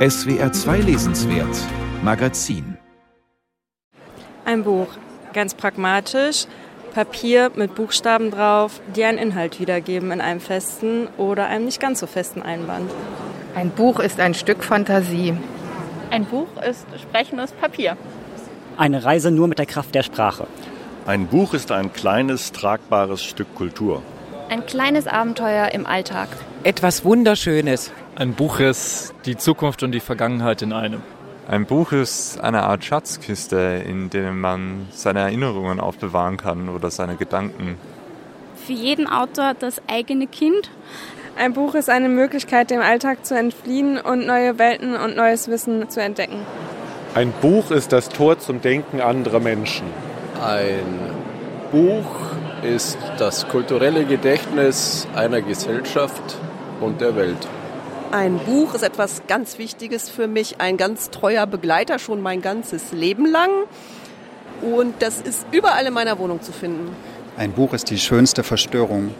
SWR 2 Lesenswert Magazin. Ein Buch, ganz pragmatisch, Papier mit Buchstaben drauf, die einen Inhalt wiedergeben in einem festen oder einem nicht ganz so festen Einband. Ein Buch ist ein Stück Fantasie. Ein Buch ist sprechendes Papier. Eine Reise nur mit der Kraft der Sprache. Ein Buch ist ein kleines, tragbares Stück Kultur. Ein kleines Abenteuer im Alltag. Etwas Wunderschönes. Ein Buch ist die Zukunft und die Vergangenheit in einem. Ein Buch ist eine Art Schatzkiste, in der man seine Erinnerungen aufbewahren kann oder seine Gedanken. Für jeden Autor das eigene Kind. Ein Buch ist eine Möglichkeit, dem Alltag zu entfliehen und neue Welten und neues Wissen zu entdecken. Ein Buch ist das Tor zum Denken anderer Menschen. Ein Buch ist das kulturelle Gedächtnis einer Gesellschaft und der Welt. Ein Buch ist etwas ganz Wichtiges für mich, ein ganz treuer Begleiter schon mein ganzes Leben lang. Und das ist überall in meiner Wohnung zu finden. Ein Buch ist die schönste Verstörung.